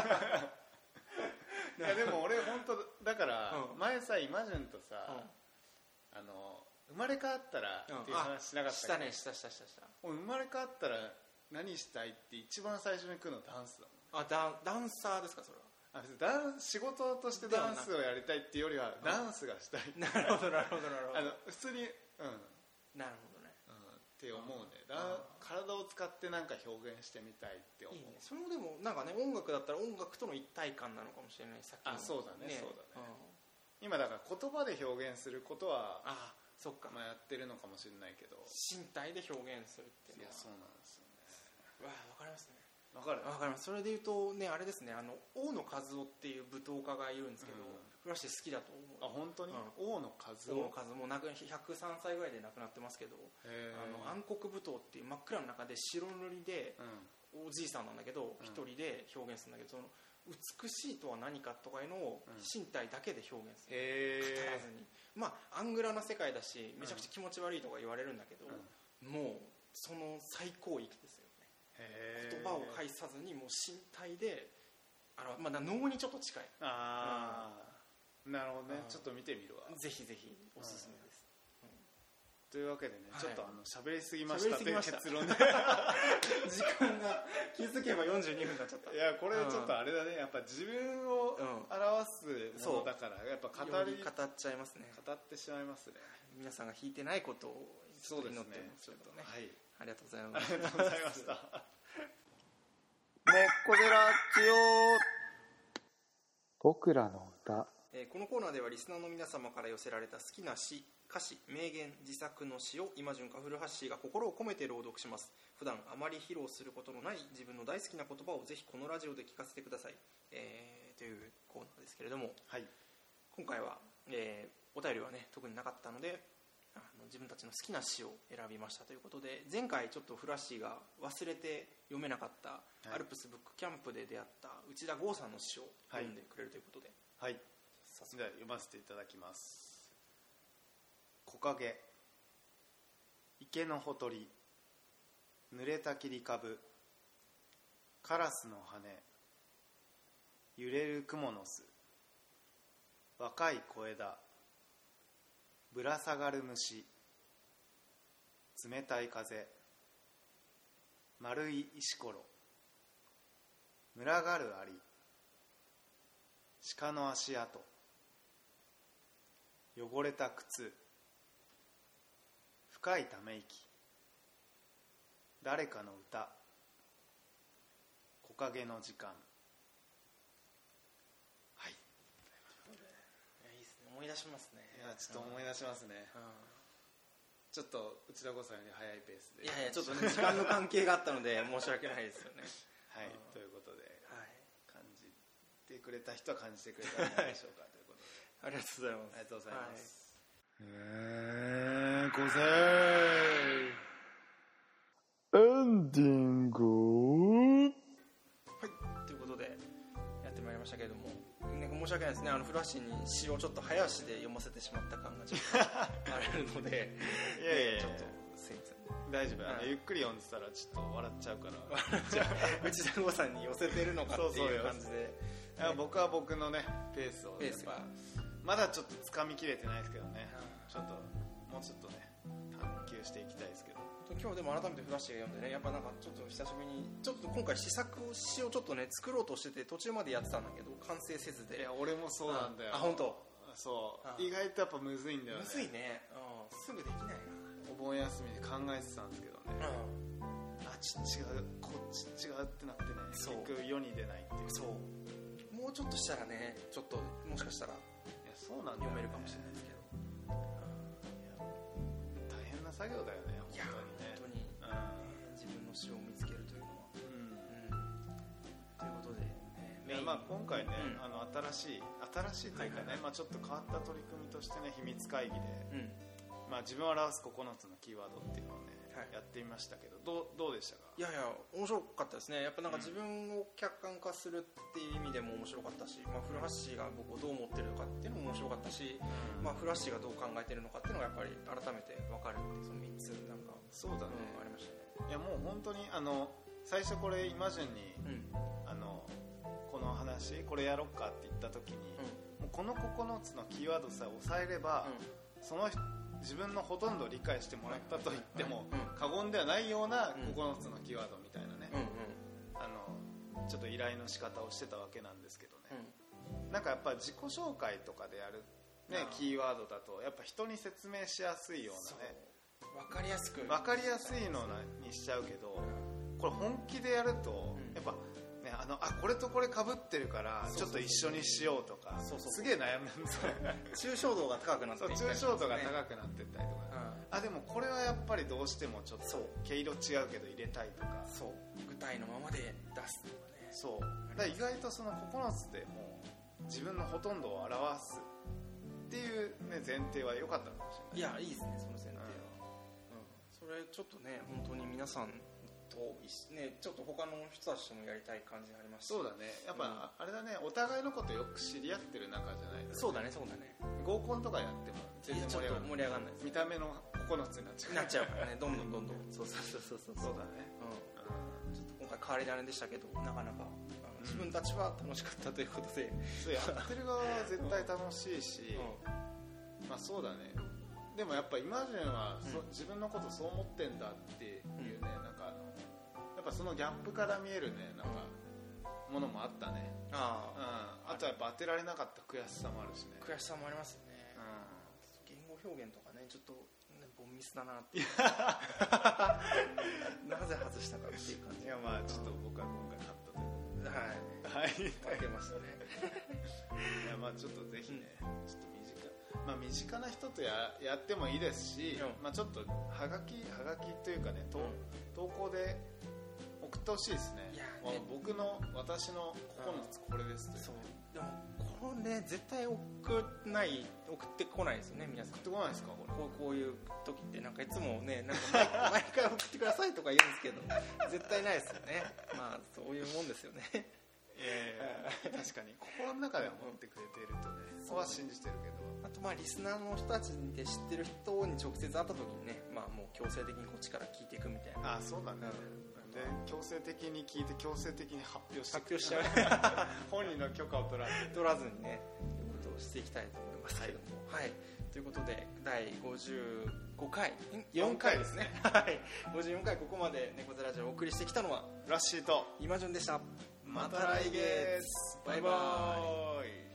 っていやでも俺本当だからうん前さイマジュンとさ、うんあの生まれ変わったらうんっていう話しなかっしたったけねしたしたしたしたもう生まれ変わったら何したいって一番最初に来るのダンスだもあんダンダンサーですかそれはあ別にダン仕事としてダンスをやりたいっていうよりはダンスがしたい、なるほどなるほどなるほどあの普通にうなん、うん、っるほどねて思うねダン体を使ってなんか表現してみたいって思いいうねそれもでもなんかね音楽だったら音楽との一体感なのかもしれないさっきのあそうだねそうだねん今だから言葉で表現することはあそっか、まあ、やってるのかもしれないけどい身体で表現するっていうのやはそうなんですよねうわわかりますねわかるわかりますそれで言うとねあれですねあの大野和夫っていう舞踏家がいるんですけど、うんフラッシュ好きだとあ思う本当に、王の大数野を和夫も亡く103歳ぐらいで亡くなってますけどあの暗黒舞踏っていう真っ暗の中で白塗りでうおんじいさんなんだけどうん一、人で表現するんだけどその美しいとは何かとかいうのをうん身体だけで表現する、へ語らえずにまあアングラな世界だしめちゃくちゃ気持ち悪いとか言われるんだけど、もうその最高域ですよね言葉を介いさずにもう身体であの、まあ、脳にちょっと近いああ、なるほどねうんちょっと見てみるわぜひぜひおすすめです、というわけでね、はいちょっとあの喋りすぎました喋りすぎましたという結論で い時間が気づけば42分になっちゃったやこれちょっとあれだねやっぱ自分をうん表すものだからやっぱ語よりり語っちゃいますね語ってしまいますね皆さんが弾いてないことをちょそっうとです祈ねってますちけょっどとねはいありがとうございまあすりがとうございましたねっこでらっちよ僕らの歌 えーこのコーナーではリスナーの皆様から寄せられた好きな詩歌詞名言自作の詩を今順か古橋氏が心を込めて朗読します普段あまり披露することのない自分の大好きな言葉をぜひこのラジオで聞かせてください、えーというコーナーですけれどもはい今回は、えーお便りはね特になかったのであの自分たちの好きな詩を選びましたということで前回ちょっとフラッシーが忘れて読めなかった、いアルプスブックキャンプで出会った内田剛さんの詩を読んでくれるということで、はいでは読ませていただきます木陰池のほとり濡れた切り株カラスの羽揺れる雲の巣若い小枝ぶら下がる虫冷たい風丸い石ころ群がるアリ鹿の足跡汚れた靴深いため息誰かの歌木陰の時間はいいやいいですね思い出しますねいやちょっと思い出しますねうちょっと内田子さんより早いペースんでいやいやちょっとね時間の関係があったので申し訳ないですよねはいということではい感じてくれた人は感じてくれたんじゃないでしょう かということでありがとうございまありがとうごすざいはますへえー、個性エンディングいということでやってまいりましたけれども、ね、申し訳ないですねあのフラッシーに詩をちょっと早足で読ませてしまった感がちょ っとあるのでいやいやいやちょっとすいません大丈夫あの、うんゆっくり読んでたらちょっと笑っちゃうから じゃあ内田吾さんに寄せてるのかってそうそういよう感じでいや僕は僕のねペースをペやっースぱがまだちょっと掴みきれてないですけどねうんちょっともうちょっとね探求していきたいですけど今日でも改めてフラッシュが読んでねやっぱなんかちょっと久しぶりにちょっと今回試作を詩をちょっとね作ろうとしてて途中までやってたんだけど完成せずいでや俺もそうなんだよあ本当。そううん意外とやっぱむずいんだよねむずいね、うん、すぐできないお盆休みで考えてたんですけどねな、あっち違うこっち違うってなってね結そう局世に出ないっていうそうもうちょっとしたらねちょっともしかしたらいやそうなんだ読よねめるかもしれないですけど、大変な作業だよねいや本本当に、当にね自分の詩を見つけるというのは、うんうんうん、ということで、ね、いやまあ、今回ね、うんあの新しい新しいというかね、はいはいはいまあ、ちょっと変わった取り組みとしてね秘密会議で、うんまあ、自分を表す9つのキーワードっていうのをね、はいやってみましたけどどうどうでしたかいやいや面白かったですねやっぱなんか自分を客観化するっていう意味でも面白かったし、まあ、フラッシーが僕をどう思ってるのかっていうのも面白かったし、まあ、フラッシーがどう考えてるのかっていうのがやっぱり改めて分かるっていうその3つなんか、そうだね、うんありましたねいやもう本当にあの最初これイマジンに、うんあのこの話これやろっかって言った時に、もうこの9つのキーワードさえ押さえれば、その人自分のほとんど理解してもらったと言ってもうん過言ではないようなうん9つのキーワードみたいなね、うんうんあのちょっと依頼の仕方をしてたわけなんですけどうね、んなんかやっぱ自己紹介とかでやる、ねあ、ーキーワードだとやっぱ人に説明しやすいよそううなね分かりやすく分かりやすいのなにしちゃうけどこれ本気でやるとうんやっぱ、ね、あのあこれとこれかぶってるからそうちそょうそうっと一緒にしようとかそうそうそうすげえ悩むんですよ抽象度が高くなってそういったり抽象度がしますね高くなってったりとか、うんあでもこれはやっぱりどうしてもちょっそうと毛色違うけど入れたいとかそう具体のままで出すとかねそうだから意外とその9つでもう自分のほとんどを表すっていう、ね、前提は良かったのかもしれないいやいいですねその選定は、うんそれちょっとね本当に皆さんと一緒ねちょっと他の人たちともやりたい感じがありましたそうだねやっぱ、ああれだねお互いのことよく知り合ってる中じゃないそうだねそうだね合コンとかやっても全然ちょ盛っとり上がる盛り上がんないです見た目の9つになっちなっちゃうゃうから ねどんどんどんどんそうそうそうそうそうそうだね、う、うちんょっと今回変わり種でしたけどなかなかあのうん自分たちは楽しかったということで、ん、そうやってる側は絶対楽しいし、まあそうだねでもやっぱイマジンはそ、うん自分のことそう思ってんだっていうね、なんかあのやっぱそのギャップから見えるねなんかものもあったね、うん、あああとはやっぱ当てられなかった悔しさもあるしね、悔しさもありますよね、う言語表現とかねちょっとねボンミスだなって なぜ外したかっていう感ん、じいやまあちょっと僕は今回勝ったというはいはい書けましたねいやまあちょっとぜひね、ちょっと身近,、まあ、身近な人とややってもいいですし、うんまあ、ちょっとはがきはがきというかね、とうん投稿で送ってほしいですねいやまあね僕の私の9つこれですというそうでもこれね絶対送らない送ってこないですよね皆さん送ってこないですかこれこうこういう時ってなんかいつもねなんか毎 毎回送ってくださいとか言うんですけど絶対ないですよねまあそういうもんですよねえ 確かに心の中では思ってくれているとね、そこは信じてるけどあとまあリスナーの人たちで知ってる人に直接会った時にねまあもう強制的にこっちから聞いていくみたいなあそうだね、うんで強制的に聞いて強制的に発表して発表しちゃう本人の許可を取らず取らずにねということをしていきたいと思いますけれどもはい、ということで第55回ん4回ですね はい54回ここまで猫背ラジオをお送りしてきたのはラッシーと今順でしたまた来月バイバイイ